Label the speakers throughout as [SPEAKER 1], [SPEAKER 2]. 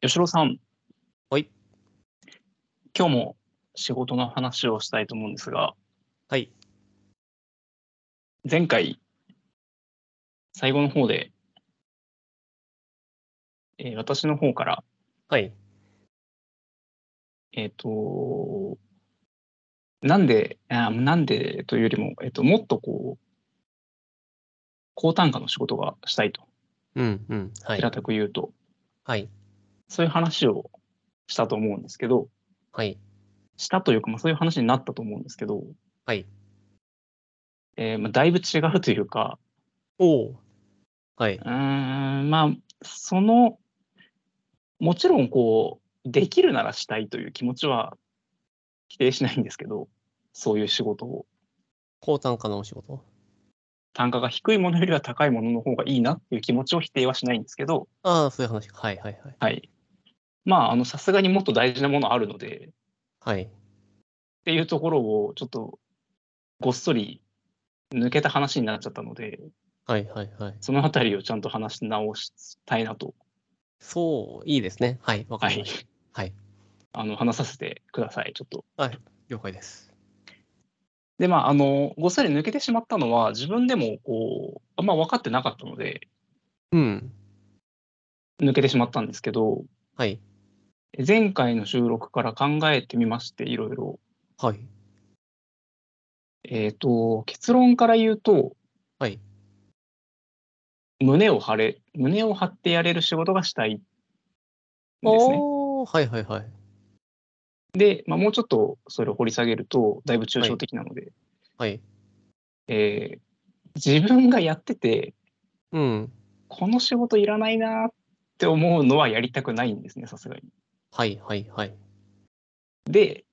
[SPEAKER 1] 吉郎さん、
[SPEAKER 2] はい、
[SPEAKER 1] 今日も仕事の話をしたいと思うんですが、
[SPEAKER 2] はい、
[SPEAKER 1] 前回、最後の方で、えー私の方から、
[SPEAKER 2] はい、
[SPEAKER 1] えっ、と、なんで、あーなんでというよりも、えっ、と、もっとこう、高単価の仕事がしたいと、
[SPEAKER 2] うん、うん、はい、
[SPEAKER 1] 平たく言うと、
[SPEAKER 2] はい、
[SPEAKER 1] そういう話をしたと思うんですけど、
[SPEAKER 2] はい、
[SPEAKER 1] したというか、まあ、そういう話になったと思うんですけど、
[SPEAKER 2] はい。
[SPEAKER 1] えーまあ、だいぶ違うというか、
[SPEAKER 2] おお、はい、
[SPEAKER 1] うーん、まあ、その、もちろん、こう、できるならしたいという気持ちは否定しないんですけど、そういう仕事を、
[SPEAKER 2] 高単価のお仕事。
[SPEAKER 1] 単価が低いものよりは高いものの方がいいなっていう気持ちを否定はしないんですけど、
[SPEAKER 2] ああ、そういう話。はい、はい、はい、
[SPEAKER 1] はい。まあ、あの、さすがにもっと大事なものあるので、っ
[SPEAKER 2] はい。
[SPEAKER 1] ていうところを、ちょっと、ごっそり抜けた話になっちゃったので、
[SPEAKER 2] はい、はい、はい。
[SPEAKER 1] そのあたりをちゃんと話し直したいなと、
[SPEAKER 2] そう、いいですね。はい、わか
[SPEAKER 1] は
[SPEAKER 2] り
[SPEAKER 1] い
[SPEAKER 2] まし、た。はい、
[SPEAKER 1] あの、話させてください、ちょっと。
[SPEAKER 2] 了解です。
[SPEAKER 1] で、まあ、あの、ごっそり抜けてしまったのは、自分でも、こう、あんま分かってなかったので、
[SPEAKER 2] うん、
[SPEAKER 1] 抜けてしまったんですけど、
[SPEAKER 2] はい、
[SPEAKER 1] 前回の収録から考えてみまして、いろいろ。
[SPEAKER 2] はい、
[SPEAKER 1] えっ、と、結論から言うと、
[SPEAKER 2] はい。
[SPEAKER 1] 胸を張れ、胸を張ってやれる仕事がしたいんですね。
[SPEAKER 2] おお、はい、はい、はい。
[SPEAKER 1] で、まあ、もうちょっとそれを掘り下げると、だいぶ抽象的なので、
[SPEAKER 2] はい、
[SPEAKER 1] えー自分がやってて、
[SPEAKER 2] うん、
[SPEAKER 1] この仕事いらないなって思うのはやりたくないんですね、さすがに。
[SPEAKER 2] はい、はい、はい。
[SPEAKER 1] で、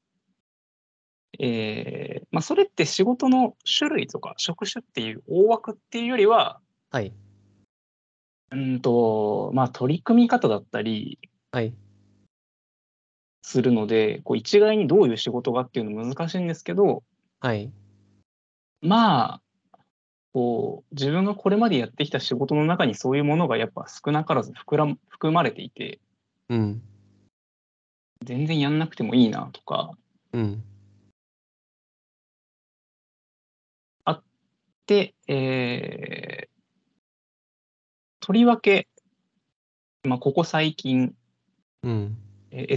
[SPEAKER 1] えーまあ、それって仕事の種類とか職種っていう大枠っていうよりは、
[SPEAKER 2] はい、
[SPEAKER 1] うーんと、まあ、取り組み方だったり
[SPEAKER 2] はい、
[SPEAKER 1] するので、こう一概にどういう仕事がっていうの難しいんですけど、
[SPEAKER 2] はい、
[SPEAKER 1] まあ、こう、自分がこれまでやってきた仕事の中にそういうものがやっぱ少なからず膨らむ含まれていて、
[SPEAKER 2] うん、
[SPEAKER 1] 全然やんなくてもいいなとか、
[SPEAKER 2] うん、
[SPEAKER 1] で、えーとりわけ、まあ、ここ最近、
[SPEAKER 2] うん、
[SPEAKER 1] えー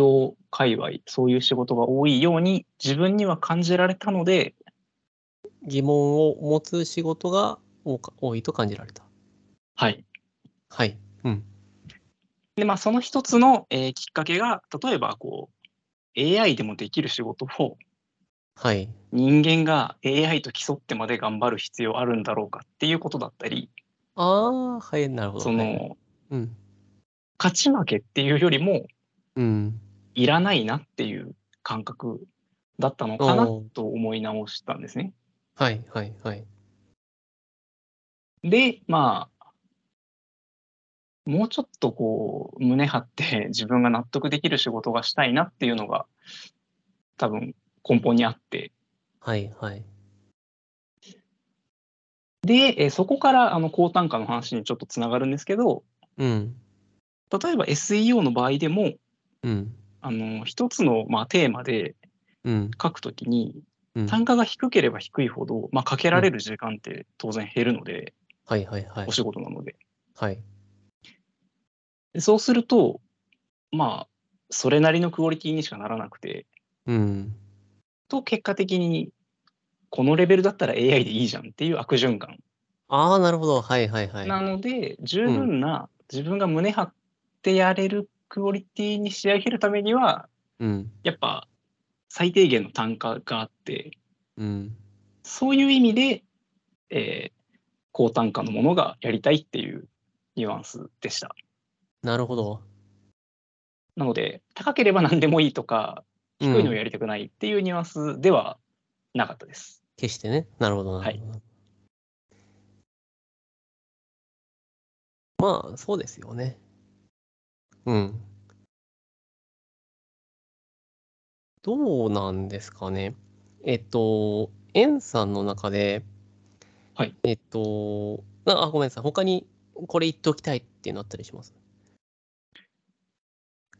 [SPEAKER 1] SEO 界隈、そういう仕事が多いように自分には感じられたので、
[SPEAKER 2] 疑問を持つ仕事が多か多いと感じられた。
[SPEAKER 1] はい。
[SPEAKER 2] はい、うん、
[SPEAKER 1] で、まあ、その一つの、えーきっかけが、例えば、こう、AI でもできる仕事を
[SPEAKER 2] はい、
[SPEAKER 1] 人間が AI と競ってまで頑張る必要あるんだろうかっていうことだったり、
[SPEAKER 2] ああ、はい、なるほど。
[SPEAKER 1] そ
[SPEAKER 2] はい、
[SPEAKER 1] の、
[SPEAKER 2] うん、
[SPEAKER 1] 勝ち負けっていうよりも、
[SPEAKER 2] うん。
[SPEAKER 1] いらないなっていう感覚だったのかなと思い直したんですね。
[SPEAKER 2] はいはいはい。
[SPEAKER 1] で、まあ、もうちょっとこう、胸張って自分が納得できる仕事がしたいなっていうのが、多分根本にあって、
[SPEAKER 2] はいはい。
[SPEAKER 1] で、えーそこからあの高単価の話にちょっとつながるんですけど、
[SPEAKER 2] うん。
[SPEAKER 1] 例えば SEO の場合でも、
[SPEAKER 2] うん。
[SPEAKER 1] あの一つの、まあ、テーマで
[SPEAKER 2] うん。
[SPEAKER 1] 書くときに、
[SPEAKER 2] うん
[SPEAKER 1] 単価が低ければ低いほど、まあ、かけられる時間って当然減るので、
[SPEAKER 2] はいはいはい
[SPEAKER 1] お。仕事なので。
[SPEAKER 2] はい。
[SPEAKER 1] でそうすると、まあ、それなりのクオリティにしかならなくて、
[SPEAKER 2] うん。
[SPEAKER 1] と結果的に、このレベルだったら AI でいいじゃんっていう悪循環。
[SPEAKER 2] ああ、なるほど。はいはいはい。
[SPEAKER 1] なので、十分な自分が胸張ってやれるクオリティに仕上げるためには、
[SPEAKER 2] うん。
[SPEAKER 1] やっぱ最低限の単価があって、
[SPEAKER 2] うん。
[SPEAKER 1] そういう意味で、えー高単価のものがやりたいっていうニュアンスでした。
[SPEAKER 2] なるほど。
[SPEAKER 1] なので、高ければ何でもいいとか、
[SPEAKER 2] う
[SPEAKER 1] 低いのを
[SPEAKER 2] ん。
[SPEAKER 1] やりたくないっていうニュアンスではなかったです。
[SPEAKER 2] 決してね。なるほど。
[SPEAKER 1] はい
[SPEAKER 2] なるほど。まあ、そうですよね。うん。どうなんですかね。えっと、エンさんの中で、
[SPEAKER 1] はい。
[SPEAKER 2] えっと、なあ、ごめんなさい。他にこれ言っておきたいっていうのあったりします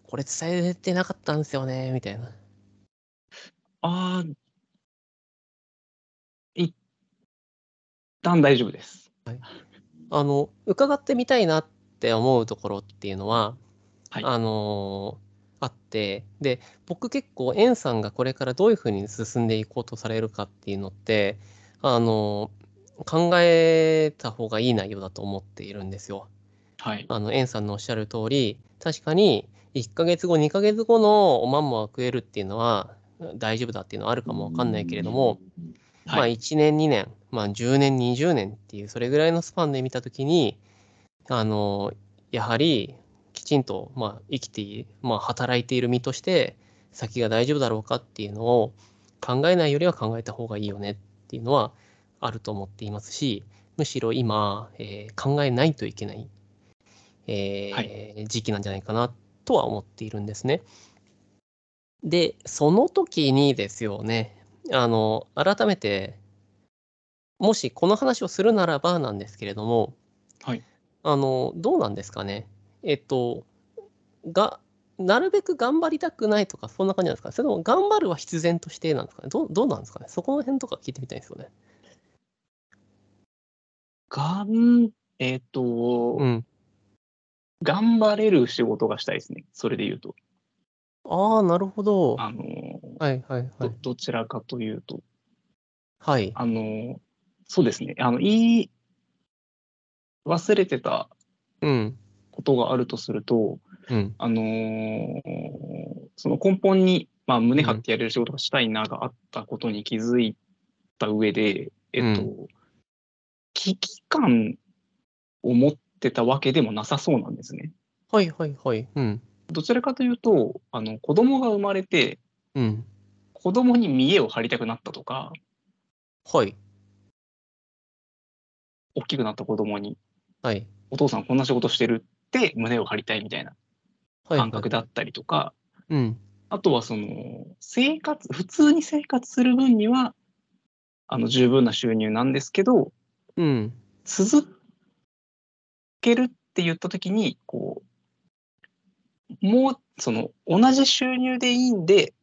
[SPEAKER 2] これ伝えてなかったんですよね、みたいな。
[SPEAKER 1] ああ、一旦大丈夫です。
[SPEAKER 2] あの、伺ってみたいなって思うところっていうのは、
[SPEAKER 1] はい
[SPEAKER 2] あのーあって、で、僕結構、エンさんがこれからどういうふうに進んでいこうとされるかっていうのって、あのー考えた方がいい内容だと思っているんですよ。
[SPEAKER 1] はい。
[SPEAKER 2] あの、エンさんのおっしゃる通り、確かに1ヶ月後、2ヶ月後のおまんまが食えるっていうのは大丈夫だっていうのはあるかもわかんないけれども、まあ
[SPEAKER 1] はい。
[SPEAKER 2] 1年2年、まあ10年20年っていうそれぐらいのスパンで見たときに、あの、やはりきちんと、まあ、生きている、まあ、働いている身として先が大丈夫だろうかっていうのを考えないよりは考えた方がいいよねっていうのはあると思っていますし、むしろ今、えー考えないといけない、えー
[SPEAKER 1] は
[SPEAKER 2] 時期なんじゃないかなとは思っているんですね。で、その時にですよね、あの、改めて、もしこの話をするならばなんですけれども、
[SPEAKER 1] はい
[SPEAKER 2] あの、どうなんですかね。えっと、が、なるべく頑張りたくないとか、そんな感じなんですかね。それとも、頑張るは必然としてなんですかね。どうどうなんですかね。そこの辺とか聞いてみたいんですよね。
[SPEAKER 1] がん、えっ、と、
[SPEAKER 2] うん。
[SPEAKER 1] 頑張れる仕事がしたいですね。それで言うと。
[SPEAKER 2] ああ、なるほど。は
[SPEAKER 1] あのー、
[SPEAKER 2] いはいは
[SPEAKER 1] ど
[SPEAKER 2] い。
[SPEAKER 1] どちらかというと、
[SPEAKER 2] はい。
[SPEAKER 1] あのー、そうですね。あの、言い忘れてた
[SPEAKER 2] うん。
[SPEAKER 1] ことがあるとすると、
[SPEAKER 2] うん。
[SPEAKER 1] あのーその根本に、まあ、胸張ってやれる仕事がしたいながあったことに気づいた上で、えっと、
[SPEAKER 2] う
[SPEAKER 1] 危機感を持ってたわけでもなさそうなんですね。
[SPEAKER 2] はいはいはい。うん。
[SPEAKER 1] どちらかというと、あの子供が生まれて、
[SPEAKER 2] うん。
[SPEAKER 1] 子供に見栄を張りたくなったとか、
[SPEAKER 2] はい。
[SPEAKER 1] 大きくなった子供に、
[SPEAKER 2] はい。
[SPEAKER 1] お父さんこんな仕事してるって胸を張りたいみたいな
[SPEAKER 2] はい。
[SPEAKER 1] 感覚だったりとか、
[SPEAKER 2] うん。
[SPEAKER 1] あとはその生活普通に生活する分にはあの十分な収入なんですけど
[SPEAKER 2] うん。
[SPEAKER 1] 続けるって言った時にこうもうその同じ収入でいいんで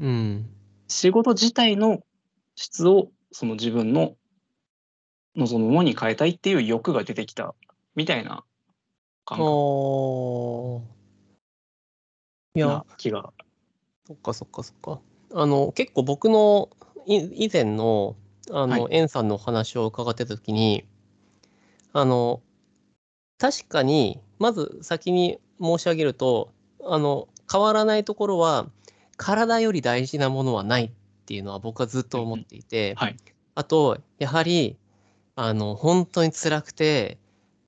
[SPEAKER 2] うん。
[SPEAKER 1] 仕事自体の質をその自分の望むものに変えたいっていう欲が出てきたみたいな
[SPEAKER 2] あ
[SPEAKER 1] 感覚
[SPEAKER 2] ーいや
[SPEAKER 1] な、気が。
[SPEAKER 2] そっかそっかそっか。あの、結構僕のい以前の、あの、
[SPEAKER 1] は
[SPEAKER 2] エンさんのお話を伺ってた時に、あの、確かに、まず先に申し上げると、あの、変わらないところは、体より大事なものはないっていうのは僕はずっと思っていて、
[SPEAKER 1] はい
[SPEAKER 2] あと、やはり、あの、本当に辛くて、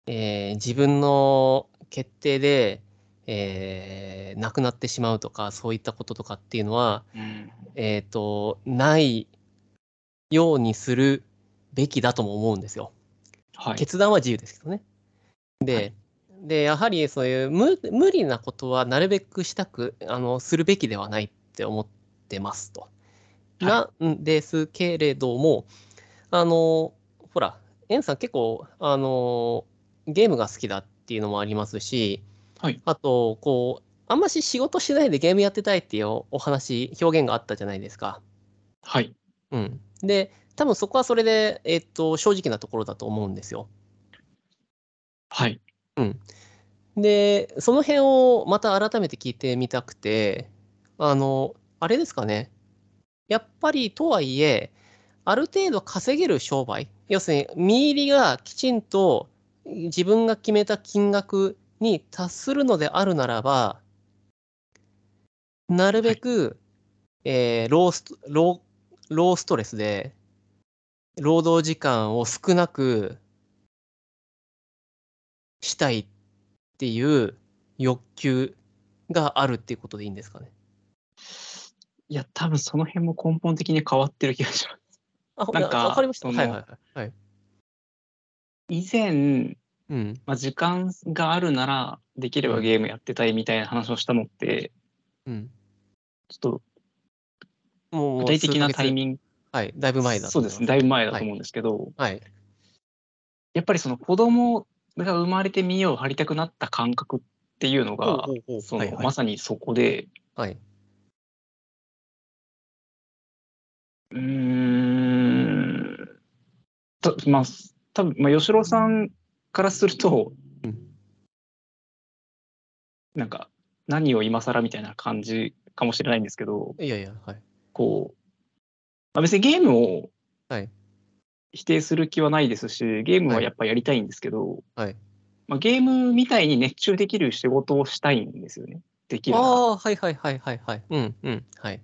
[SPEAKER 2] えー自分の決定で、えー亡くなってしまうとか、そういったこととかっていうのは、
[SPEAKER 1] うん
[SPEAKER 2] えっ、と、ないようにするべきだとも思うんですよ。
[SPEAKER 1] はい
[SPEAKER 2] 決断は自由ですけどね。で、
[SPEAKER 1] はい
[SPEAKER 2] でやはりそういう無無理なことはなるべくしたくあのするべきではないって思ってますと。なんですけれどもあのほらエンさん結構あのゲームが好きだっていうのもありますし、
[SPEAKER 1] はい
[SPEAKER 2] あとこうあんまし仕事しないでゲームやってたいっていうおお話表現があったじゃないですか。
[SPEAKER 1] はい
[SPEAKER 2] うん、で多分そこはそれで、えっと正直なところだと思うんですよ。
[SPEAKER 1] はい
[SPEAKER 2] で、その辺をまた改めて聞いてみたくて、あの、あれですかね。やっぱりとはいえ、ある程度稼げる商売、要するに、身入りがきちんと自分が決めた金額に達するのであるならば、なるべく、えーロースト、ロー、ローストレスで、労働時間を少なくしたいっていう欲求があるっていうことでいいんですかね。
[SPEAKER 1] いや多分その辺も根本的に変わってる気がします。
[SPEAKER 2] あ、
[SPEAKER 1] なんか
[SPEAKER 2] わかりました。
[SPEAKER 1] そ
[SPEAKER 2] はい
[SPEAKER 1] の
[SPEAKER 2] はいはいはい。
[SPEAKER 1] 以前、
[SPEAKER 2] うん。
[SPEAKER 1] まあ、時間があるならできればゲームやってたいみたいな話をしたのって
[SPEAKER 2] うん。
[SPEAKER 1] ちょっと
[SPEAKER 2] もう、
[SPEAKER 1] 具体的なタイ
[SPEAKER 2] ン
[SPEAKER 1] ミング
[SPEAKER 2] グ。はい。だいぶ前だと
[SPEAKER 1] そう
[SPEAKER 2] 思い
[SPEAKER 1] で
[SPEAKER 2] ます
[SPEAKER 1] ねだいぶ前だと思うんですけど、
[SPEAKER 2] はい。
[SPEAKER 1] やっぱりその子供が生まれてみよう張りたくなった感覚っっていうのが
[SPEAKER 2] ほうほうほ
[SPEAKER 1] そうの
[SPEAKER 2] はいはい
[SPEAKER 1] まさにそこで
[SPEAKER 2] はい。
[SPEAKER 1] うーんたまあす多分まあ吉郎さんからすると、
[SPEAKER 2] うん
[SPEAKER 1] なんか何を今更みたいな感じかもしれないんですけど
[SPEAKER 2] いやいや、はい。
[SPEAKER 1] こう、まあ、別にゲームを
[SPEAKER 2] はい
[SPEAKER 1] 否定する気はないですし、ゲームは
[SPEAKER 2] はい
[SPEAKER 1] やっぱやりたいんですけど、
[SPEAKER 2] はい
[SPEAKER 1] まあ、ゲームみたいに熱中できる仕事をしたいんですよね。できる
[SPEAKER 2] あ
[SPEAKER 1] なら
[SPEAKER 2] あ、はいはいはいはいはい。うんうん。はい。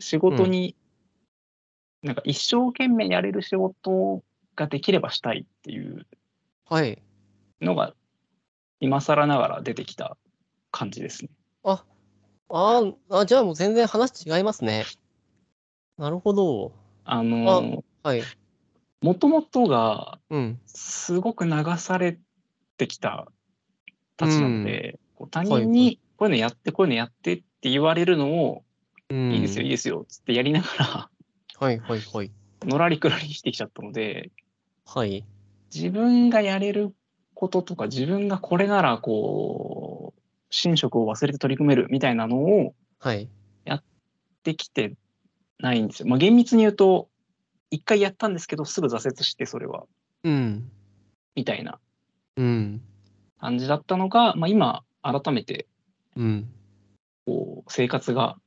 [SPEAKER 1] 仕事に、なんか一生懸命やれる仕事ができればしたいっていう
[SPEAKER 2] はい。
[SPEAKER 1] のが今更ながら出てきた感じですね。
[SPEAKER 2] あ、あーあ、じゃあもう全然話違いますね。なるほど。
[SPEAKER 1] あの
[SPEAKER 2] はい。
[SPEAKER 1] もともとが
[SPEAKER 2] うん。
[SPEAKER 1] すごく流されてきたたちなんで、こう他
[SPEAKER 2] はい
[SPEAKER 1] 人
[SPEAKER 2] は
[SPEAKER 1] にこういうのやってこういうのやってって言われるのを
[SPEAKER 2] うん、
[SPEAKER 1] いいですよいいですよっつってやりながら
[SPEAKER 2] はいはいはい。
[SPEAKER 1] のらり くらりしてきちゃったので
[SPEAKER 2] はい。
[SPEAKER 1] 自分がやれることとか自分がこれならこう寝食を忘れて取り組めるみたいなのを
[SPEAKER 2] はい。
[SPEAKER 1] できてないんですよ。まあ、厳密に言うと一回やったんですけどすぐ挫折してそれは
[SPEAKER 2] うん。
[SPEAKER 1] みたいな
[SPEAKER 2] うん。
[SPEAKER 1] 感じだったのが、まあ、今改めて
[SPEAKER 2] うん。
[SPEAKER 1] こう生活が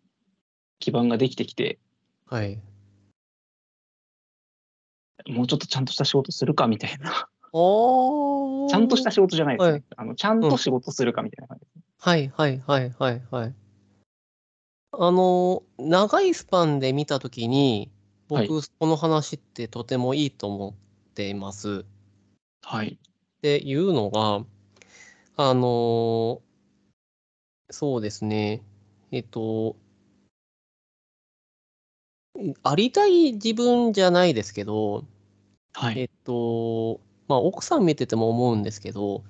[SPEAKER 1] 基盤ができてきて
[SPEAKER 2] はい。
[SPEAKER 1] もうちょっとちゃんとした仕事するかみたいな
[SPEAKER 2] お
[SPEAKER 1] ちゃんとした仕事じゃないですね、
[SPEAKER 2] はい
[SPEAKER 1] あのちゃんと仕事するかみたいな感じ、
[SPEAKER 2] はいはいはいはいはい。あの、長いスパンで見たときに、
[SPEAKER 1] はい
[SPEAKER 2] 僕、この話ってとてもいいと思っています。
[SPEAKER 1] はい
[SPEAKER 2] っていうのが、あのそうですね、えっと、ありたい自分じゃないですけど、
[SPEAKER 1] は
[SPEAKER 2] え
[SPEAKER 1] い
[SPEAKER 2] っと、まあ、奥さん見てても思うんですけど、好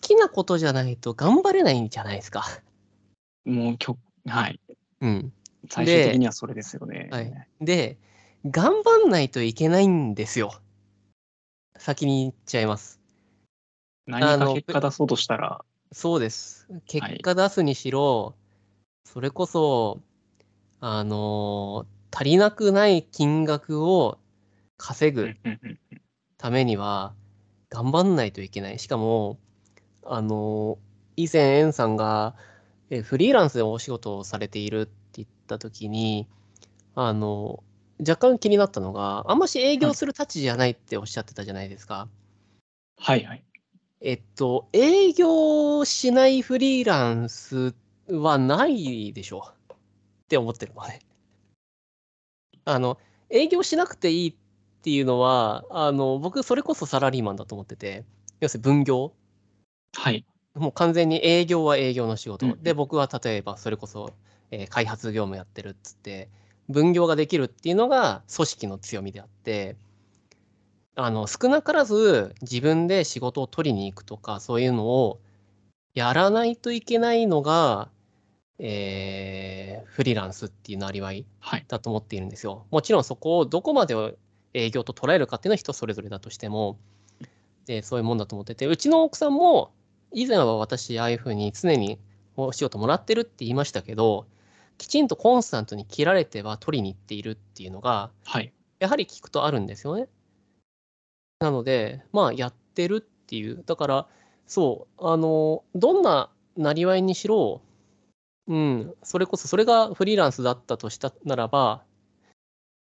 [SPEAKER 2] きなことじゃないと頑張れないんじゃないですか。
[SPEAKER 1] もうきょはい
[SPEAKER 2] うん。
[SPEAKER 1] 最終的にはそれですよね、
[SPEAKER 2] はい、で、頑張んないといけないんですよ。先に言っちゃいます。
[SPEAKER 1] 何
[SPEAKER 2] あ
[SPEAKER 1] か
[SPEAKER 2] の
[SPEAKER 1] 結果出そうとしたら
[SPEAKER 2] そうです。結果出すにしろ、それこそ、あのー足りなくない金額を稼
[SPEAKER 1] う
[SPEAKER 2] ぐ
[SPEAKER 1] んうんうん
[SPEAKER 2] ためには、頑張んないといけない。しかも、あのー以前、エンさんが、えフリーランスでお仕事をされているって言った時に、あのー若干気になったのが、あんまし営業するたちじゃないっておっしゃってたじゃないですか。
[SPEAKER 1] はいはい
[SPEAKER 2] えっと、営業しないフリーランスはないでしょうって思ってるのね。あの、営業しなくていいっていうのは、あの、僕、それこそサラリーマンだと思ってて、要するに分業。
[SPEAKER 1] はい
[SPEAKER 2] もう完全に営業は営業の仕事。
[SPEAKER 1] うん
[SPEAKER 2] で、僕は例えば、それこそ、えー開発業務やってるっつって、分業ができるっていうのが組織の強みであって、あの、少なからず自分で仕事を取りに行くとか、そういうのをやらないといけないのが、えーフリーランスっていうなりわい
[SPEAKER 1] はい
[SPEAKER 2] だと思っているんですよ。もちろんそこをどこまでを営業と捉えるかっていうのは人それぞれだとしても、でそういうもんだと思ってて、うちの奥さんも以前は私ああいうふうに常にお仕事もらってるって言いましたけど、きちんとコンスタントに切られては取りに行っているっていうのが、
[SPEAKER 1] はい
[SPEAKER 2] やはり聞くとあるんですよね。なので、まあ、やってるっていう、だから、そう、あの、どんななりわいにしろ、うん、それこそ、それがフリーランスだったとしたならば、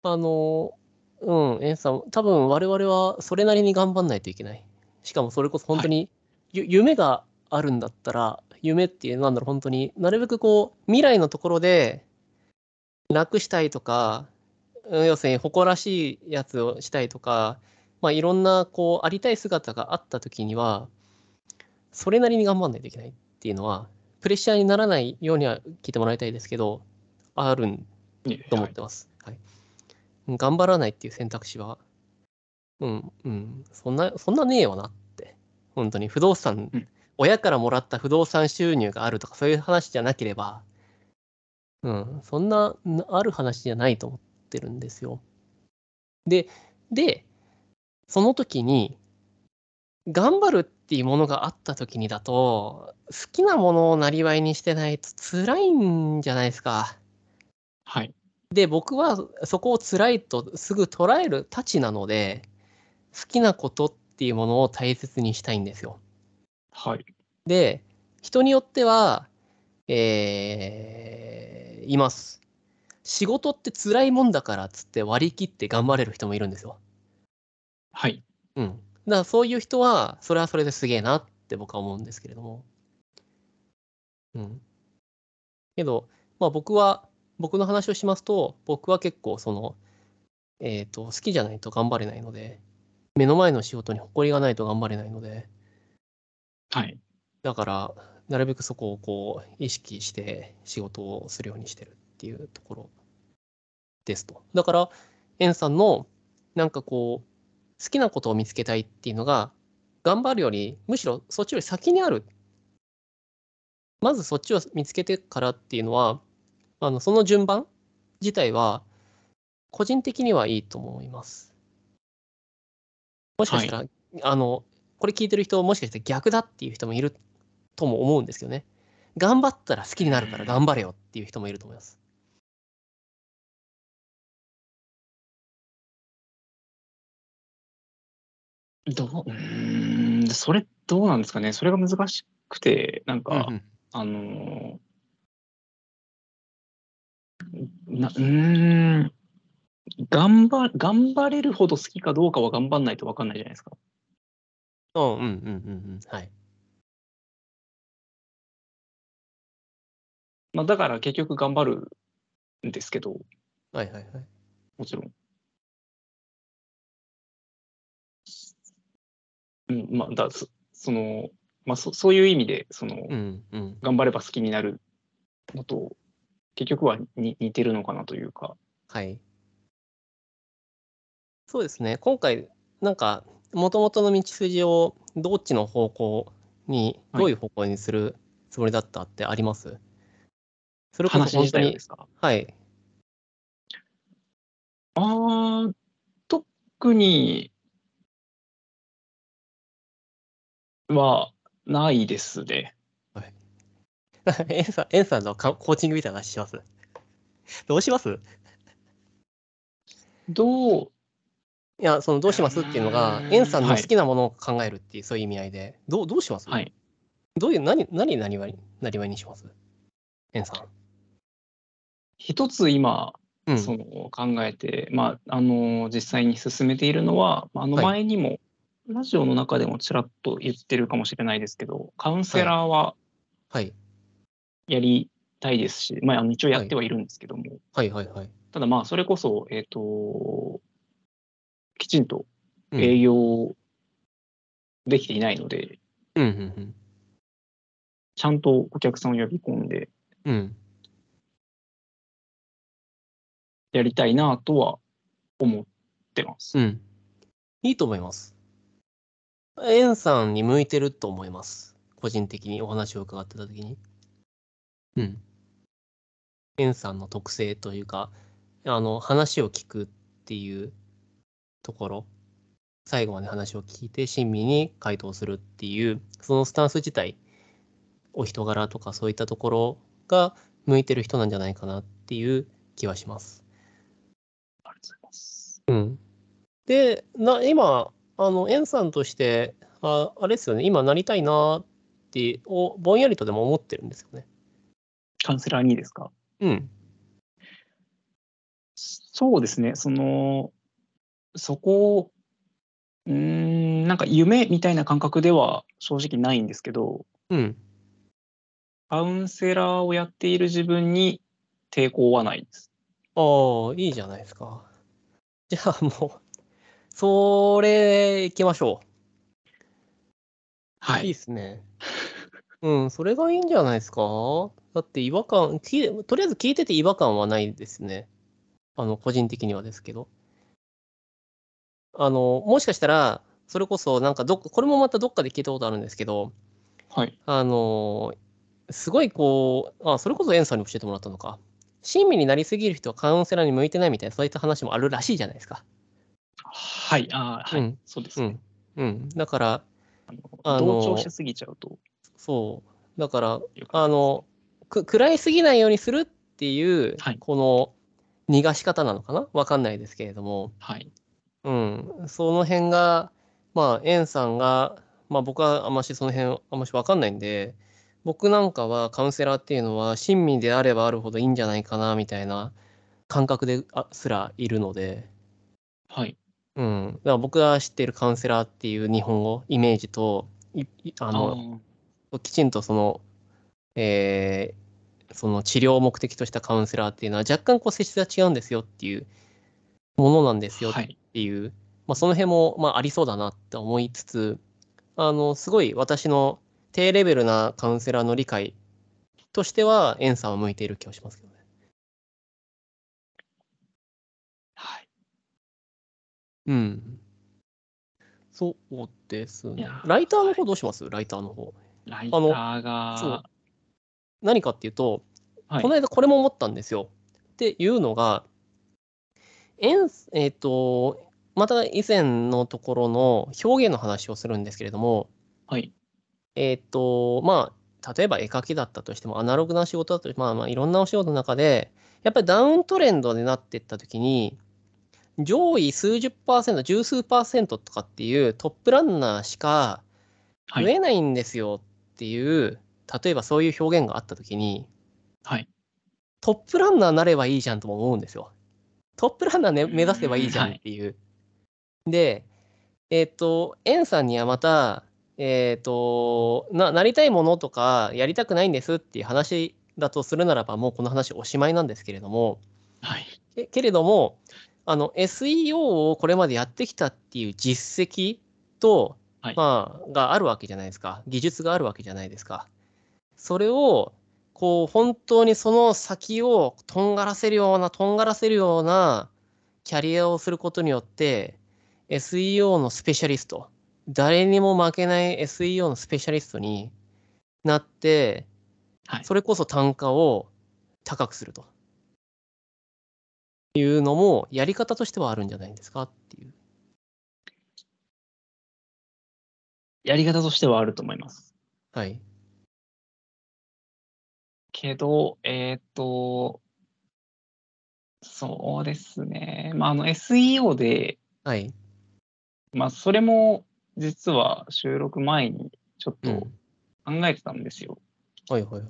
[SPEAKER 2] あの、うん、エンさん、多分我々はそれなりに頑張んないといけない。しかも、それこそ本当に、ゆ夢があるんだったら、夢っていう、なんだろう、本当になるべくこう、未来のところで、楽したいとか、うん要するに誇らしいやつをしたいとか、まあ、いろんなこうありたい姿があった時にはそれなりに頑張んないといけないっていうのはプレッシャーにならないようには聞いてもらいたいですけどあるん
[SPEAKER 1] いえいえ
[SPEAKER 2] と思
[SPEAKER 1] は
[SPEAKER 2] っ
[SPEAKER 1] い
[SPEAKER 2] てます。はいうん頑張らないっていう選択肢はうんうんそんなそんなねえよなって本当に不動産、
[SPEAKER 1] うん
[SPEAKER 2] 親からもらった不動産収入があるとかそういう話じゃなければうんそんななある話じゃないと思ってるんですよ。ででその時に頑張るっていうものがあった時にだと、好きなものをなりわいにしてないと辛いんじゃないですか。
[SPEAKER 1] はい。
[SPEAKER 2] で、僕はそこを辛いとすぐ捉えるたちなので、好きなことっていうものを大切にしたいんですよ。
[SPEAKER 1] はい。
[SPEAKER 2] で、人によっては、えーいます。仕事って辛いもんだからっつって割り切って頑張れる人もいるんですよ。
[SPEAKER 1] はい。
[SPEAKER 2] うん。だからそういう人は、それはそれですげえなって僕は思うんですけれども。うん。けど、まあ僕は、僕の話をしますと、僕は結構その、えっ、と、好きじゃないと頑張れないので、目の前の仕事に誇りがないと頑張れないので、
[SPEAKER 1] はい。
[SPEAKER 2] だから、なるべくそこをこう、意識して仕事をするようにしてるっていうところですと。だから、エンさんの、なんかこう、好きなことを見つけたいっていうのが、頑張るより、むしろそっちより先にある。まずそっちを見つけてからっていうのは、あの、その順番自体は、個人的にはいいと思います。もしかしたら、あの、これ聞いてる人、もしかしたら逆だっていう人もいるとも思うんですけどね。頑張ったら好きになるから頑張れよっていう人もいると思います。
[SPEAKER 1] どう、うーん、それどうなんですかね。それが難しくて、なんか、
[SPEAKER 2] うんうん
[SPEAKER 1] あのーなうーん頑張頑張れるほど好きかどうかは頑張んないと分かんないじゃないですか。
[SPEAKER 2] うんうんうんうんうん。はい。
[SPEAKER 1] まあ、だから結局頑張るんですけど
[SPEAKER 2] はいはいはい。
[SPEAKER 1] もちろん。うんまあ、だそそのまあ、そそういう意味でその、
[SPEAKER 2] うんうん。
[SPEAKER 1] 頑張れば好きになるのと結局はに似てるのかなというか。
[SPEAKER 2] はい。そうですね。今回、なんか、もともとの道筋をどっちの方向に、
[SPEAKER 1] はい
[SPEAKER 2] どういう方向にするつもりだったってありますそれこ
[SPEAKER 1] 話
[SPEAKER 2] そ本
[SPEAKER 1] 自
[SPEAKER 2] 当
[SPEAKER 1] 体が
[SPEAKER 2] に
[SPEAKER 1] で、すか
[SPEAKER 2] はい。
[SPEAKER 1] ああ、特にはないですね。
[SPEAKER 2] エンさん、エンさんのかコーチングみたいな話しますどうします
[SPEAKER 1] どう、
[SPEAKER 2] いや、そのどうしますっていうのが
[SPEAKER 1] う、ーん
[SPEAKER 2] エンさんの
[SPEAKER 1] は
[SPEAKER 2] 好
[SPEAKER 1] い
[SPEAKER 2] きなものを考えるっていう、そういう意味合いで、どうどうします、
[SPEAKER 1] はい。
[SPEAKER 2] どういう、何、何、何割、何割にしますエンさ
[SPEAKER 1] 一つ今、
[SPEAKER 2] ん。うん。
[SPEAKER 1] その考えて、まあ、あの、実際に進めているのは、まああの
[SPEAKER 2] はい
[SPEAKER 1] 前にも、ラジオの中でもちらっと言ってるかもしれないですけど、カウンセラーは
[SPEAKER 2] はい。
[SPEAKER 1] やりたいですし、まあ、あの一応やってはいるんですけども、
[SPEAKER 2] はいはいはい。
[SPEAKER 1] ただまあ、それこそ、えっ、と、きちんと
[SPEAKER 2] うん
[SPEAKER 1] 営業できていないので、
[SPEAKER 2] うんうん
[SPEAKER 1] ちゃんとお客さんを呼び込んで
[SPEAKER 2] うん。うん。
[SPEAKER 1] やりたいなとは思ってます。
[SPEAKER 2] うん。いいと思います。エンさんに向いてると思います。個人的にお話を伺ってた時に。うん。エンさんの特性というか、あの、話を聞くっていうところ、最後まで話を聞いて親身に回答するっていう、そのスタンス自体、お人柄とかそういったところが向いてる人なんじゃないかなっていう気はします。
[SPEAKER 1] ありがとうございます。
[SPEAKER 2] うん、でな今あのエンさんとしてああれですよね今なりたいなってをぼんやりとでも思ってるんですよね。
[SPEAKER 1] カウンセラーにですか
[SPEAKER 2] うん、
[SPEAKER 1] そうですね、その、そこを、うーん、なんか夢みたいな感覚では正直ないんですけど、
[SPEAKER 2] うん、
[SPEAKER 1] カウンセラーをやっている自分に抵抗はないです。
[SPEAKER 2] ああいいじゃないですか。じゃあもうそれ行きましょ
[SPEAKER 1] は
[SPEAKER 2] う。いい。ですね。うんそれがいいんじゃないですか。だって違和感きとりあえず聞いてて違和感はないですね。あの個人的にはですけど。あのもしかしたらそれこそなんかどっかこれもまたどっかで聞いたことあるんですけど
[SPEAKER 1] はい。
[SPEAKER 2] あのすごいこうあそれこそエンさんに教えてもらったのか親身になりすぎる人はカウンセラーに向いてないみたいなそういった話もあるらしいじゃないですか。
[SPEAKER 1] はい。あーはい、
[SPEAKER 2] うん
[SPEAKER 1] そうです
[SPEAKER 2] う
[SPEAKER 1] ね。
[SPEAKER 2] んうん、だから
[SPEAKER 1] あの
[SPEAKER 2] あの
[SPEAKER 1] 同調しすぎちゃうと
[SPEAKER 2] そう。だから、
[SPEAKER 1] いうか
[SPEAKER 2] あの、く暗いすぎないようにするっていう、
[SPEAKER 1] はい
[SPEAKER 2] この逃がし方なのかなわかんないですけれども、
[SPEAKER 1] はい
[SPEAKER 2] うん。その辺が、まあ、エンさんが、まあ僕はあんましその辺あんましわかんないんで、僕なんかはカウンセラーっていうのは親身であればあるほどいいんじゃないかなみたいな感覚であすらいるので、
[SPEAKER 1] はい
[SPEAKER 2] うん。だから僕が知っているカウンセラーっていう日本語、イメージと、いいあ
[SPEAKER 1] あ
[SPEAKER 2] の、きちんとその、えーその治療を目的としたカウンセラーっていうのは若干こう性質が違うんですよっていうものなんです
[SPEAKER 1] ー
[SPEAKER 2] よっ
[SPEAKER 1] はい
[SPEAKER 2] ていう、まあ、その辺もまあありそうだなって思いつつあのすごい私の低レベルなカウンセラーの理解としてはエンさんは向いている気がしますけどね。
[SPEAKER 1] はい
[SPEAKER 2] うん。そうです
[SPEAKER 1] い
[SPEAKER 2] ね
[SPEAKER 1] や。ー
[SPEAKER 2] ライターの方どうしますライターの方。
[SPEAKER 1] ライター
[SPEAKER 2] そう
[SPEAKER 1] が
[SPEAKER 2] 何かっていうと、
[SPEAKER 1] はい
[SPEAKER 2] この間これも思ったんですよ。っていうのが、エンスえっ、と、また以前のところの表現の話をするんですけれども、
[SPEAKER 1] はい
[SPEAKER 2] えっ、と、まあ、例えば絵描きだったとしても、アナログな仕事だとしても、まあまあ、いろんなお仕事の中で、やっぱりダウントレンドになっていった時に、上位数十パーセント、十数パーセントとかっていうトップランナーしか
[SPEAKER 1] はい
[SPEAKER 2] 増えないんですよっていう、例えばそういう表現があった時に、
[SPEAKER 1] はい
[SPEAKER 2] トップランナーなればいいじゃんとも思うんですよ。トップランナー、ね、
[SPEAKER 1] うん
[SPEAKER 2] 目指せばいいじゃんっていう。で、えっ、と、エンさんにはまた、えっ、とな、なりたいものとか、やりたくないんですっていう話だとするならば、もうこの話おしまいなんですけれども、
[SPEAKER 1] はい
[SPEAKER 2] けけれども、あの、SEO をこれまでやってきたっていう実績と、
[SPEAKER 1] はい
[SPEAKER 2] まあ、があるわけじゃないですか。技術があるわけじゃないですか。それを、こう、本当にその先をとんがらせるような、とんがらせるようなキャリアをすることによって、SEO のスペシャリスト、誰にも負けない SEO のスペシャリストになって、
[SPEAKER 1] はい
[SPEAKER 2] それこそ単価を高くすると。いうのもやり方としてはあるんじゃないんですかっていう。
[SPEAKER 1] やり方としてはあると思います
[SPEAKER 2] はい。
[SPEAKER 1] けどえーっとそうですねまああの SEO で
[SPEAKER 2] はい。
[SPEAKER 1] まあそれも実は収録前にちょっ
[SPEAKER 2] うん
[SPEAKER 1] と考えてたんですよ、
[SPEAKER 2] はいはいはい。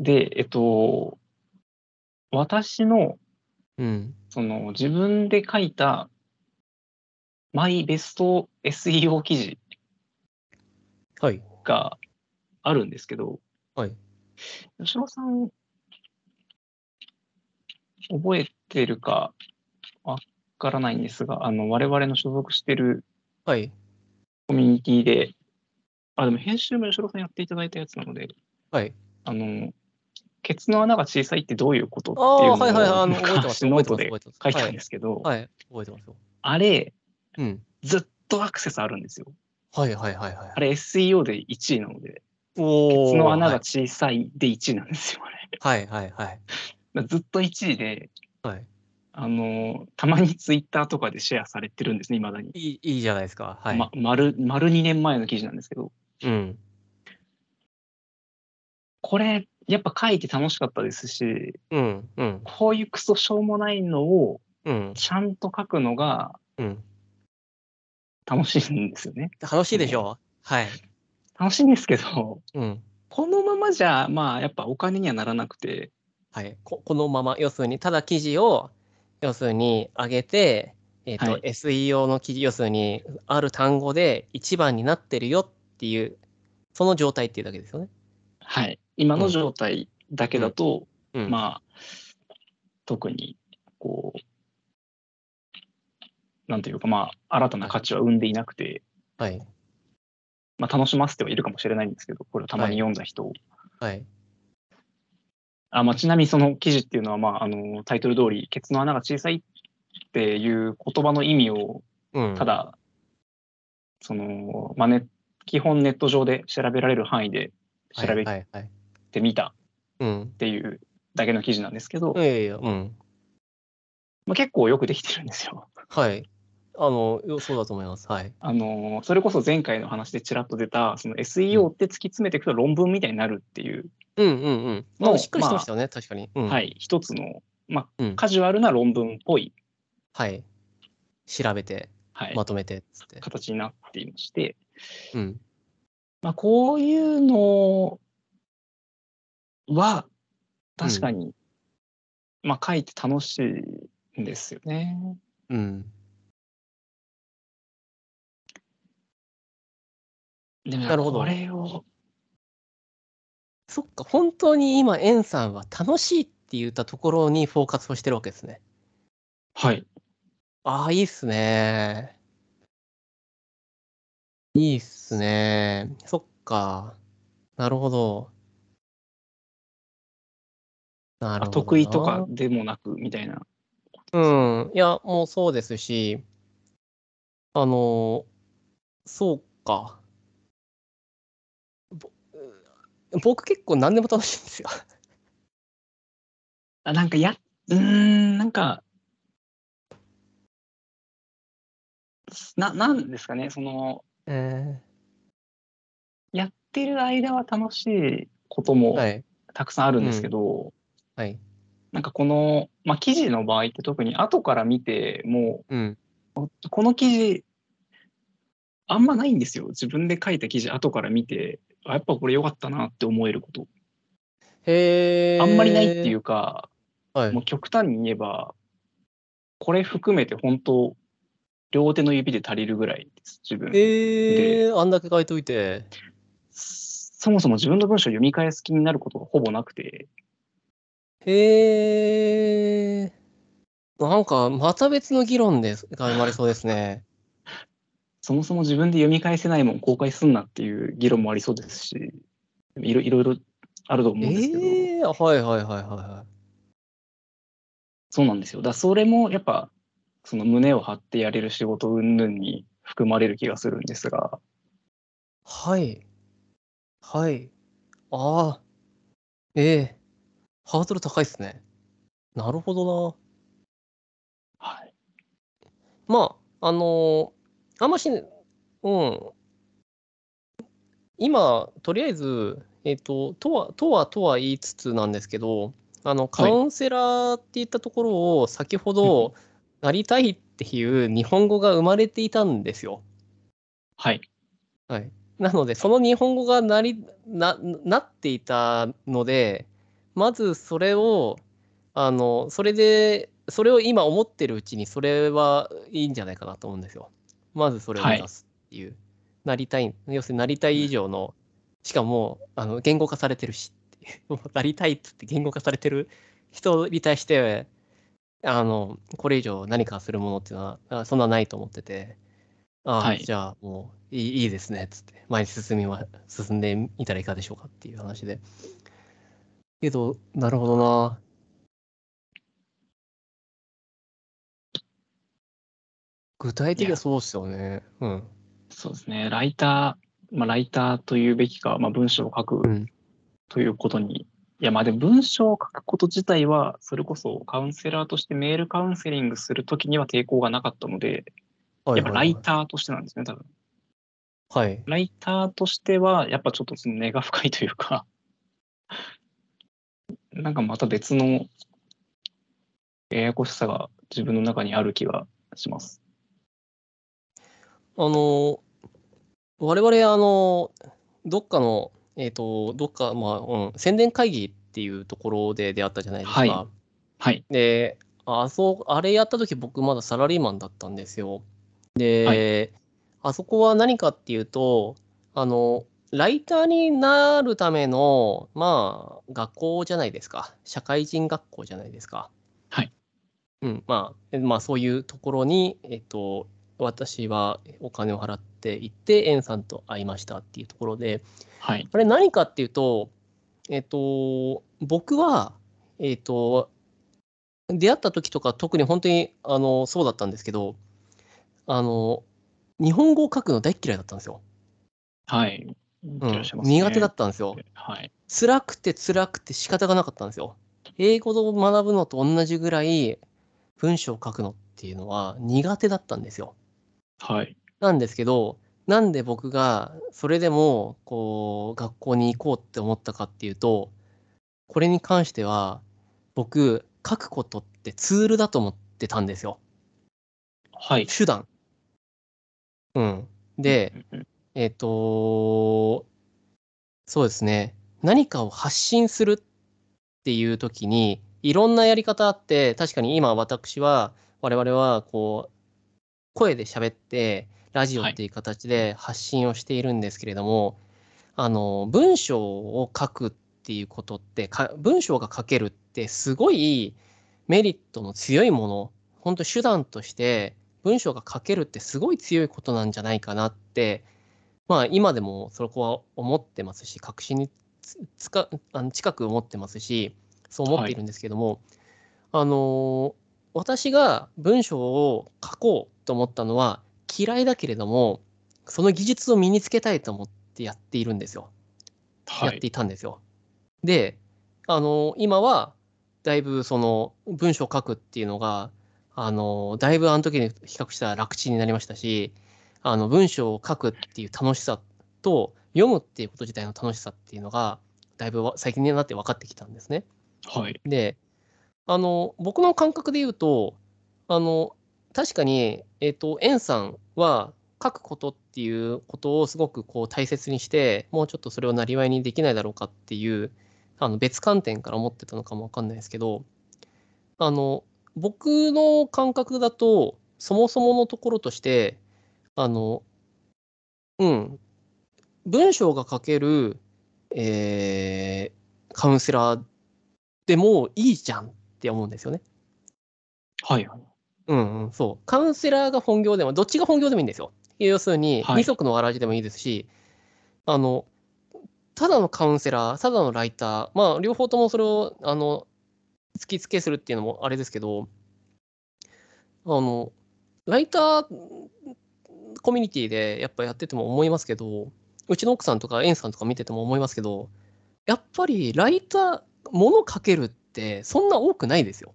[SPEAKER 1] でえっと私の
[SPEAKER 2] うん。
[SPEAKER 1] その自分で書いたマイベスト SEO 記事
[SPEAKER 2] はい。
[SPEAKER 1] があるんですけど、
[SPEAKER 2] はい。
[SPEAKER 1] 吉野さん、覚えてるかわからないんですが、あの、我々の所属してる
[SPEAKER 2] はい。
[SPEAKER 1] コミュニティで、あ、でも編集も吉野さんやっていただいたやつなので、
[SPEAKER 2] はい。
[SPEAKER 1] あの、ケツの穴が小さいってどういうことって
[SPEAKER 2] ああ、はいいう
[SPEAKER 1] の
[SPEAKER 2] はい。
[SPEAKER 1] を
[SPEAKER 2] あの、覚えてま
[SPEAKER 1] 昔
[SPEAKER 2] す。
[SPEAKER 1] ノ
[SPEAKER 2] 覚え
[SPEAKER 1] ー
[SPEAKER 2] てま
[SPEAKER 1] ト
[SPEAKER 2] す。
[SPEAKER 1] で書
[SPEAKER 2] 覚えてます。
[SPEAKER 1] いたんですけど、
[SPEAKER 2] はい。はい。覚えてますよ。
[SPEAKER 1] あれ、
[SPEAKER 2] うん。
[SPEAKER 1] ずっとアクセスあるんですよ。
[SPEAKER 2] はいはいはいはい。
[SPEAKER 1] あれ SEO で1位なので、
[SPEAKER 2] おー
[SPEAKER 1] ケツの穴が小さいで1位なんですよ、あれ。
[SPEAKER 2] はいはいはい。
[SPEAKER 1] だからずっと1位で、
[SPEAKER 2] はい。
[SPEAKER 1] あのたまにツイッターとかでシェアされてるんですね、いまだに。
[SPEAKER 2] いい、いいじゃないですか。はい。
[SPEAKER 1] ま、丸丸2年前の記事なんですけど、
[SPEAKER 2] うん。
[SPEAKER 1] これ、やっぱ書いて楽しかったですし、
[SPEAKER 2] うん。うん。
[SPEAKER 1] こういうクソしょうもないのを
[SPEAKER 2] うん。
[SPEAKER 1] ちゃんと書くのが
[SPEAKER 2] うん。
[SPEAKER 1] 楽しいんですよね。
[SPEAKER 2] 楽しいでしょはい。
[SPEAKER 1] 楽しいんですけど、
[SPEAKER 2] うん。
[SPEAKER 1] このままじゃ、まあ、やっぱお金にはならなくて、
[SPEAKER 2] はい、ここのまま要するにただ記事を要するに上げて、えーと
[SPEAKER 1] はい
[SPEAKER 2] SEO の記事要するにある単語で一番になってるよっていうその状態っていうだけですよね。
[SPEAKER 1] はい、今の状態だけだと、
[SPEAKER 2] うん
[SPEAKER 1] まあ、特に、こう、なんていうか、まあ、新たな価値は生んでいなくて、
[SPEAKER 2] はい
[SPEAKER 1] まあ、楽しませてはいるかもしれないんですけど、これをたまに読んだ人を。
[SPEAKER 2] はい
[SPEAKER 1] あまあ、ちなみにその記事っていうのは、まあ、あのタイトル通り、ケツの穴が小さいっていう言葉の意味を、
[SPEAKER 2] うん、
[SPEAKER 1] ただ、その、まあね、基本ネット上で調べられる範囲で調べ
[SPEAKER 2] はいはいはい、
[SPEAKER 1] てみた
[SPEAKER 2] うん
[SPEAKER 1] っていうだけの記事なんですけど、
[SPEAKER 2] いやいやうん
[SPEAKER 1] まあ、結構よくできてるんですよ。
[SPEAKER 2] はいあの、よそうだと思います。はい。
[SPEAKER 1] あのそれこそ前回の話でちらっと出たその SEO って突き詰めていくと論文みたいになるっていう、
[SPEAKER 2] うんうんうん。ま
[SPEAKER 1] の
[SPEAKER 2] あ、しっかりしてましたよね、確かに。うん、。
[SPEAKER 1] はいい、一つの、まあ
[SPEAKER 2] うん
[SPEAKER 1] カジュアルな論文っぽい、
[SPEAKER 2] はい。調べて、
[SPEAKER 1] はい
[SPEAKER 2] まとめて、つって。
[SPEAKER 1] 形になっていまして、
[SPEAKER 2] うん。
[SPEAKER 1] まあ、こういうのは確かに、まあ、書いて楽しいんですよね。
[SPEAKER 2] うん。
[SPEAKER 1] でも
[SPEAKER 2] なるほど
[SPEAKER 1] これを
[SPEAKER 2] そっか、本当に今、エンさんは楽しいって言ったところにフォーカスをしてるわけですね。
[SPEAKER 1] はい
[SPEAKER 2] ああ、いいっすね。いいっすね。そっか。なるほど。なるほどな。
[SPEAKER 1] 得意とかでもなくみたいな。
[SPEAKER 2] うん、いや、もうそうですし、あの、そうか。ぼ僕結構何でも楽しいんですよ。
[SPEAKER 1] あなんかやうーんなんかななんですかねその
[SPEAKER 2] え
[SPEAKER 1] やってる間は楽しいこと
[SPEAKER 2] ー
[SPEAKER 1] も
[SPEAKER 2] はい、
[SPEAKER 1] たくさんあるんですけど、
[SPEAKER 2] はい、
[SPEAKER 1] なんかこの、まあ、記事の場合って特に後から見ても
[SPEAKER 2] うん、
[SPEAKER 1] うこの記事あんまないんですよ自分で書いた記事後から見てあやっぱこれ良かったなって思えること
[SPEAKER 2] へー
[SPEAKER 1] あんまりないっていうか、
[SPEAKER 2] はい
[SPEAKER 1] もう極端に言えばこれ含めて本当両手の指で足りるぐらいです自分、
[SPEAKER 2] えー、あんだけ書いといて。
[SPEAKER 1] そもそも自分の文章を読み返す気になることがほぼなくて
[SPEAKER 2] へえ。なんか、また別の議論ですが生まれそうですね。
[SPEAKER 1] そもそも自分で読み返せないもん公開すんなっていう議論もありそうですしいろいろいろあると思うんですけど、
[SPEAKER 2] ええー、はいはいはいはいは
[SPEAKER 1] そうなんですよだからそれもやっぱその胸を張ってやれる仕事云々に含まれる気がするんですが
[SPEAKER 2] い。はい。はい。ああ。ええハードル高いっすね。なるほど
[SPEAKER 1] はい
[SPEAKER 2] な。まあ、あのーあんまし、うん。今、とりあえず、えっ、と、とは、とは、とは言いつつなんですけど、あの、カウンセラーって言ったところを、先ほど、なりたいっていう日本語が生まれていたんですよ。
[SPEAKER 1] はい
[SPEAKER 2] はい、なのでその日本語がなりななっていたのでまずそれをあのそれでそれを今思ってるうちにそれはいいんじゃないかなと思うんですよ。まずそれを目指すっていう、なりたい要するになりたい以上のしかもあの言語化されてるしって いうなりたいっつって言語化されてる人に対してあのこれ以上何かするものっていうのはあそんなないと思ってて。ああ、
[SPEAKER 1] はい
[SPEAKER 2] じゃあもういいいいですねっつって前に進みは進んでみたらいかがでしょうかっていう話でけどなるほどな具体的
[SPEAKER 1] い
[SPEAKER 2] には
[SPEAKER 1] や
[SPEAKER 2] そうっすよねうん
[SPEAKER 1] そうですねライター、まあ、ライターというべきか、まあ、文章を書
[SPEAKER 2] う
[SPEAKER 1] く
[SPEAKER 2] ん
[SPEAKER 1] ということに、いやまあでも文章を書くこと自体はそれこそカウンセラーとしてメールカウンセリングするときには抵抗がなかったので
[SPEAKER 2] は
[SPEAKER 1] や
[SPEAKER 2] い
[SPEAKER 1] っぱ
[SPEAKER 2] は
[SPEAKER 1] ラ
[SPEAKER 2] い
[SPEAKER 1] イターとしてなんですね多分
[SPEAKER 2] はい
[SPEAKER 1] ライターとしてはやっぱちょっとその根が深いというか なんかまた別のややこしさが自分の中にある気がします。
[SPEAKER 2] あの我々あのどっかのえっ、とどっかまあ、うん、宣伝会議っていうところで出会ったじゃないですか、
[SPEAKER 1] はいはい
[SPEAKER 2] で、あそう、あれやった時僕まだサラリーマンだったんですよ。で、あそこは何かっていうと、あの、ライターになるための、まあ、学校じゃないですか。社会人学校じゃないですか。
[SPEAKER 1] はい。
[SPEAKER 2] うん、まあ、えまあ、そういうところに、えっと、私はお金を払って行って、エンさんと会いましたっていうところで、
[SPEAKER 1] はい
[SPEAKER 2] あれ何かっていうと、えっと、僕は、えっと、出会った時とか特に本当にあのそうだったんですけど、あの、日本語を書くの大っ嫌いだったんですよ。
[SPEAKER 1] はい、
[SPEAKER 2] うん
[SPEAKER 1] いらっしゃいますね
[SPEAKER 2] 苦手だったんですよ。
[SPEAKER 1] はい
[SPEAKER 2] 辛くて辛くて仕方がなかったんですよ。英語を学ぶのと同じぐらい文章を書くのっていうのは苦手だったんですよ。
[SPEAKER 1] はい。
[SPEAKER 2] なんですけど、なんで僕がそれでもこう学校に行こうって思ったかっていうと、これに関しては僕書くことってツールだと思ってたんですよ。
[SPEAKER 1] はい。
[SPEAKER 2] 手段。うん。で、
[SPEAKER 1] うん
[SPEAKER 2] えっ、とそうですね。何かを発信するっていう時に、いろんなやり方あって、確かに今私は、我々はこう、声で喋って、ラジオっていう形で発信をしているんですけれども、あの、文章を書くっていうことって、か文章が書けるってすごいメリットの強いもの、本当手段として文章が書けるってすごい強いことなんじゃないかなって、まあ今でもそこは思ってますし、確信につつかあの近く思ってますし、そう思っているんですけども、あのー私が文章を書こうと思ったのは嫌いだけれども、その技術を身につけたいと思ってやっているんですよ。
[SPEAKER 1] は
[SPEAKER 2] やっ
[SPEAKER 1] い
[SPEAKER 2] て。いたんですよ。で、あの今はだいぶその文章を書くっていうのが、あのだいぶあの時に比較したら楽ちんになりましたし、あの文章を書くっていう楽しさと読むっていうこと自体の楽しさっていうのがだいぶわ最近になって分かってきたんですね。
[SPEAKER 1] はい。
[SPEAKER 2] で、あの、僕の感覚で言うと、あの、確かに、えっと、円さんは書くことっていうことをすごくこう大切にして、もうちょっとそれをなりわいにできないだろうかっていう、あの、別観点から思ってたのかもわかんないですけど、あの、僕の感覚だと、そもそものところとして、あの、うん、文章が書ける、えーカウンセラーでもいいじゃんって思うんですよね。
[SPEAKER 1] はい。はい
[SPEAKER 2] うんうん、そう。カウンセラーが本業でも、どっちが本業でもいいんですよ。要するに、
[SPEAKER 1] はい
[SPEAKER 2] 二足のわらじでもいいですし、あの、ただのカウンセラー、ただのライター、まあ、両方ともそれを、あの、突きつけするっていうのもあれですけど、あの、ライターコミュニティでやっぱやってても思いますけど、うちの奥さんとか、エンさんとか見てても思いますけど、やっぱりライター、物書けるってそんな多くないですよ。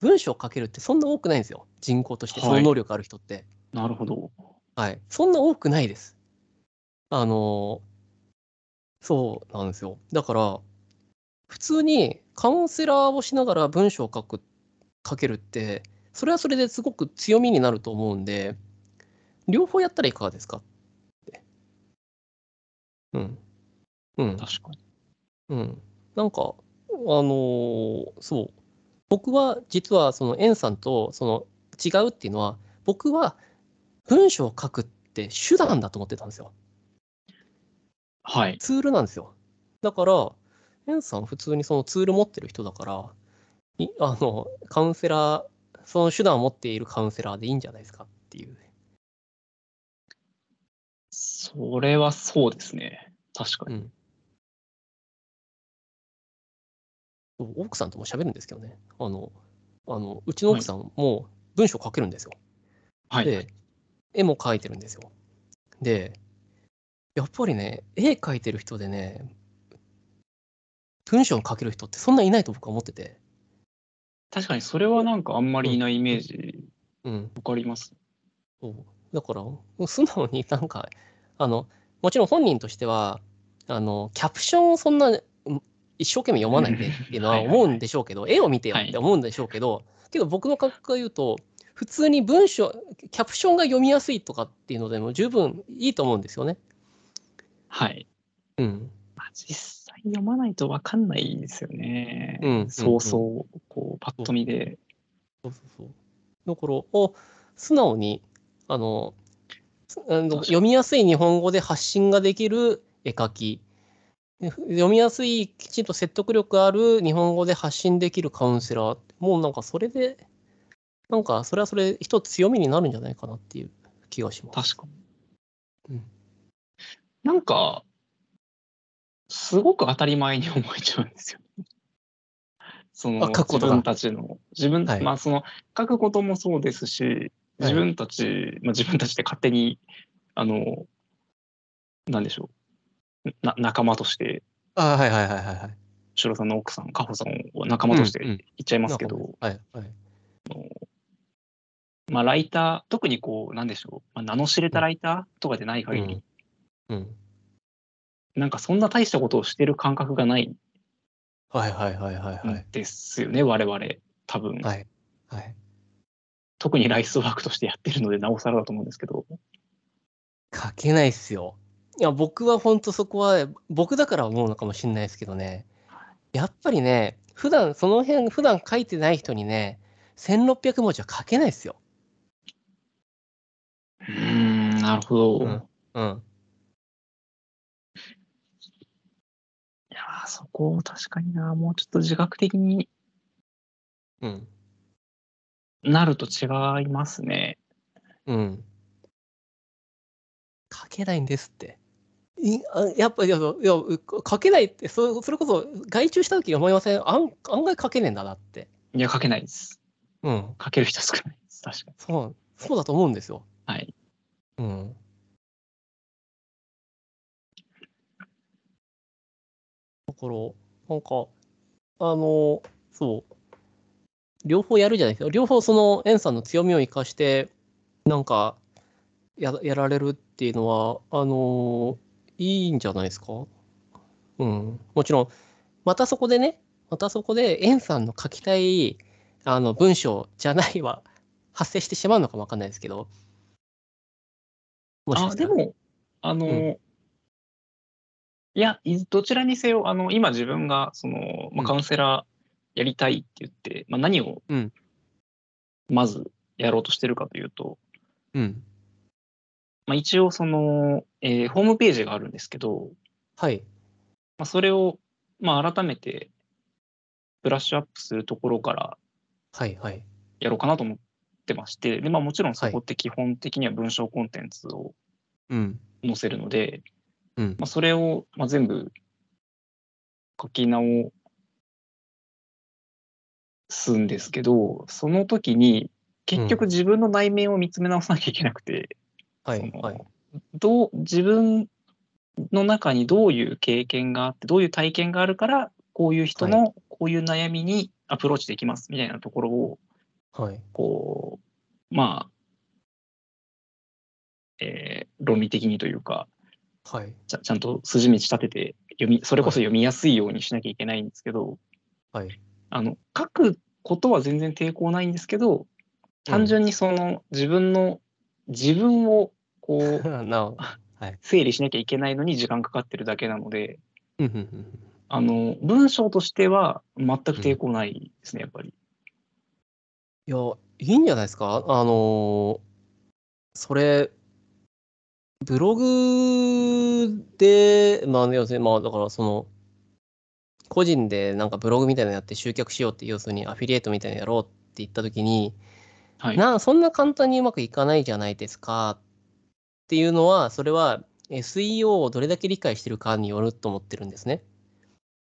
[SPEAKER 2] 文章書けるってそんな多くないんですよ。人口として、
[SPEAKER 1] はい
[SPEAKER 2] その能力ある人って。
[SPEAKER 1] なるほど。
[SPEAKER 2] はい。そんな多くないです。あのー、そうなんですよ。だから、普通にカウンセラーをしながら文章を書く、書けるって、それはそれですごく強みになると思うんで、両方やったらいかがですかって。うん。うん。
[SPEAKER 1] 確かに。
[SPEAKER 2] うん、なんか、あのーそう、僕は実はその円さんとその違うっていうのは、僕は文章を書くって手段だと思ってたんですよ。
[SPEAKER 1] はい。
[SPEAKER 2] ツールなんですよ。だから、円さん普通にそのツール持ってる人だから、いあの、カウンセラー、その手段を持っているカウンセラーでいいんじゃないですかっていう。
[SPEAKER 1] それはそうですね。確か
[SPEAKER 2] う
[SPEAKER 1] に。
[SPEAKER 2] ん。そう奥さんとも喋るんですけどね。あの、あのうちの奥さんも文章書けるんですよ。
[SPEAKER 1] はい。
[SPEAKER 2] で、絵も描いてるんですよ。で、やっぱりね、絵描いてる人でね、文章を書ける人ってそんないないと僕は思ってて。
[SPEAKER 1] 確かに、それはなんかあんまりいないイメージ
[SPEAKER 2] うん。
[SPEAKER 1] わかります。
[SPEAKER 2] そうだから、素直になんか、あの、もちろん本人としては、あの、キャプションをそんな、うん一生懸命読まないでっていうのは
[SPEAKER 1] はいはいはい
[SPEAKER 2] 思うんでしょうけど、絵を見てよって思うんでしょうけど、けど僕の感覚から言うと、普通に文章、キャプションが読みやすいとかっていうのでも十分いいと思うんですよね。
[SPEAKER 1] はい。
[SPEAKER 2] うん。
[SPEAKER 1] まあ実際読まないとわかんないですよね。
[SPEAKER 2] うん
[SPEAKER 1] そうそう、こう、パッと見で。
[SPEAKER 2] そうそうそう。だから、を素直に、あの、すあ
[SPEAKER 1] 確か
[SPEAKER 2] の
[SPEAKER 1] に
[SPEAKER 2] 読みやすい日本語で発信ができる絵描き、で読みやすい、きちんと説得力ある日本語で発信できるカウンセラー、もうなんかそれで、なんかそれはそれ一つ強みになるんじゃないかなっていう気がします。
[SPEAKER 1] 確かに。
[SPEAKER 2] うん
[SPEAKER 1] なんか、すごく当たり前に思えちゃうんですよ。 その
[SPEAKER 2] あ書くこと
[SPEAKER 1] 自
[SPEAKER 2] が
[SPEAKER 1] 分たちの、自分、
[SPEAKER 2] はい
[SPEAKER 1] まあその、書くこともそうですし、自分たち、まあ自分たちで勝手に、あの、なんでしょう、な仲間として、
[SPEAKER 2] あはいはいはいはいはい。
[SPEAKER 1] 白さんの奥さん、カホさんを仲間として
[SPEAKER 2] うんうん
[SPEAKER 1] 言っちゃいますけど、
[SPEAKER 2] はいはい。
[SPEAKER 1] まあ、ライター、特にこう、なんでしょう、まあ、名の知れたライターとかでない限り、
[SPEAKER 2] うん。うん。
[SPEAKER 1] なんかそんな大したことをしてる感覚がないん
[SPEAKER 2] はいはいはいはいはい。
[SPEAKER 1] ですよね、我々、多分、
[SPEAKER 2] はい。はい。
[SPEAKER 1] 特にライスワークとしてやってるので、なおさらだと思うんですけど、
[SPEAKER 2] 書けないっすよ。いや、僕は本当そこは、僕だから思うのかもしれないですけどね。やっぱりね、普段、その辺、普段書いてない人にね、1600文字は書けないっすよ。
[SPEAKER 1] うーん、なるほど。
[SPEAKER 2] うんうん。
[SPEAKER 1] いやーそこを確かにな、もうちょっと自覚的に
[SPEAKER 2] うん。
[SPEAKER 1] なると違いますね。
[SPEAKER 2] うん。書けないんですって。いあやっぱいやいや書けないってそそれこそ外注した時に思いません案案外書けねえんだなって
[SPEAKER 1] いや、書けないです。
[SPEAKER 2] うん
[SPEAKER 1] 書ける人少ないです。確かに。
[SPEAKER 2] そうそうだと思うんですよ
[SPEAKER 1] はい。
[SPEAKER 2] うんだからなんかあのそう両方やるじゃないですか両方そのエンさんの強みを生かしてなんかややられるっていうのはあのいいんじゃないですかうんもちろんまたそこでねまたそこでエンさんの書きたいあの文章じゃないは発生してしまうのかもわかんないですけどもしか
[SPEAKER 1] あ、
[SPEAKER 2] した
[SPEAKER 1] で
[SPEAKER 2] ら
[SPEAKER 1] も、あの、
[SPEAKER 2] うん
[SPEAKER 1] いや、いどちらにせよ、あの、今自分が、その、ま
[SPEAKER 2] うん
[SPEAKER 1] あ、カウンセラーやりたいって言って、まあ、何を
[SPEAKER 2] うん、
[SPEAKER 1] まずやろうとしてるかというと、
[SPEAKER 2] うん
[SPEAKER 1] まあ、一応、その、えーホームページがあるんですけど、
[SPEAKER 2] はい
[SPEAKER 1] まあ、それを、まあ、改めて、ブラッシュアップするところから
[SPEAKER 2] はいはい。
[SPEAKER 1] やろうかなと思ってまして、で、まあ、もちろんそこって基本的には文章コンテンツを
[SPEAKER 2] うん。
[SPEAKER 1] 載せるので、
[SPEAKER 2] うん
[SPEAKER 1] まあ、。それを、まあ、全部書き直すんですけど、その時に結局自分の内面を見つめ直さなきゃいけなくて、
[SPEAKER 2] はい
[SPEAKER 1] その
[SPEAKER 2] はい。
[SPEAKER 1] どう自分の中にどういう経験があって、どういう体験があるから、こういう人のこういう悩みにアプローチできますみたいなところを、
[SPEAKER 2] はい。
[SPEAKER 1] こう、まあ、えー論理的にというか、
[SPEAKER 2] はい。
[SPEAKER 1] ちゃちゃんと筋道立てて読みそれこそ読みやすいようにしなきゃいけないんですけど
[SPEAKER 2] はい。
[SPEAKER 1] あの書くことは全然抵抗ないんですけど単純にその自分の自分をこう
[SPEAKER 2] なお。はい。
[SPEAKER 1] 整理しなきゃいけないのに時間かかってるだけなので
[SPEAKER 2] うんうんうん
[SPEAKER 1] あの文章としては全く抵抗ないですねやっぱり。
[SPEAKER 2] いや、いいんじゃないですかあのーそれ、ブログで、まあ、要するに、まあ、だからその、個人でなんかブログみたいなのやって集客しようって、要するにアフィリエイトみたいなのやろうって言ったときに、
[SPEAKER 1] はい、
[SPEAKER 2] なそんな簡単にうまくいかないじゃないですかっていうのはそれは SEO をどれだけ理解してるかによると思ってるんですね。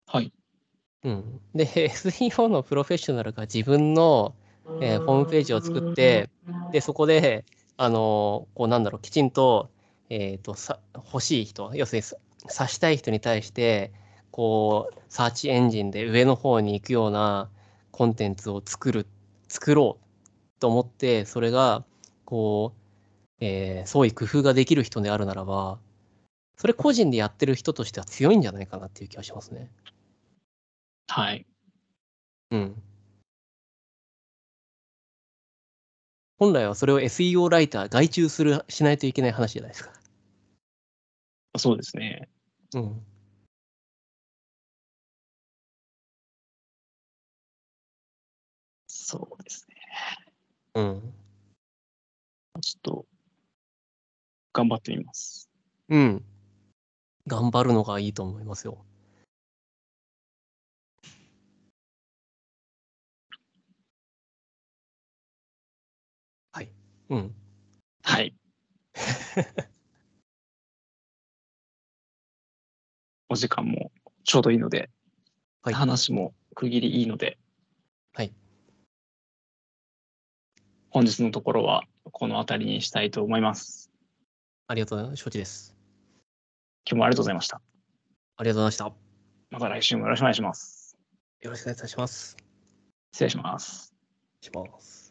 [SPEAKER 1] はい
[SPEAKER 2] うん、で SEO のプロフェッショナルが自分の、えーホームページを作ってでそこであのーこうなんだろうきちんと,、えー、とさ欲しい人要するにさ刺したい人に対してこうサーチエンジンで上の方に行くようなコンテンツを作る作ろうと思ってそれがこう、えー創意工夫ができる人であるならばそれ個人でやってる人としては強いんじゃないかなっていう気がしますね。
[SPEAKER 1] はい
[SPEAKER 2] うん。本来はそれを SEO ライター外注するしないといけない話じゃないですか。
[SPEAKER 1] そうですね。
[SPEAKER 2] うん。
[SPEAKER 1] そうですね。
[SPEAKER 2] うん。
[SPEAKER 1] ちょっと頑張ってみます。
[SPEAKER 2] うん。頑張るのがいいと思いますよ。はい。うん。
[SPEAKER 1] はい。お時間もちょうどいいので、
[SPEAKER 2] はい
[SPEAKER 1] 話も区切りいいので、
[SPEAKER 2] はい
[SPEAKER 1] 本日のところはこの辺りにしたいと思います。
[SPEAKER 2] ありがとうございます。承知です。
[SPEAKER 1] 今日もありがとうございました。
[SPEAKER 2] ありがとうございまし
[SPEAKER 1] また来週もよろしくお願いします。
[SPEAKER 2] た。よろしくお願いいたします。
[SPEAKER 1] 失礼します。
[SPEAKER 2] します。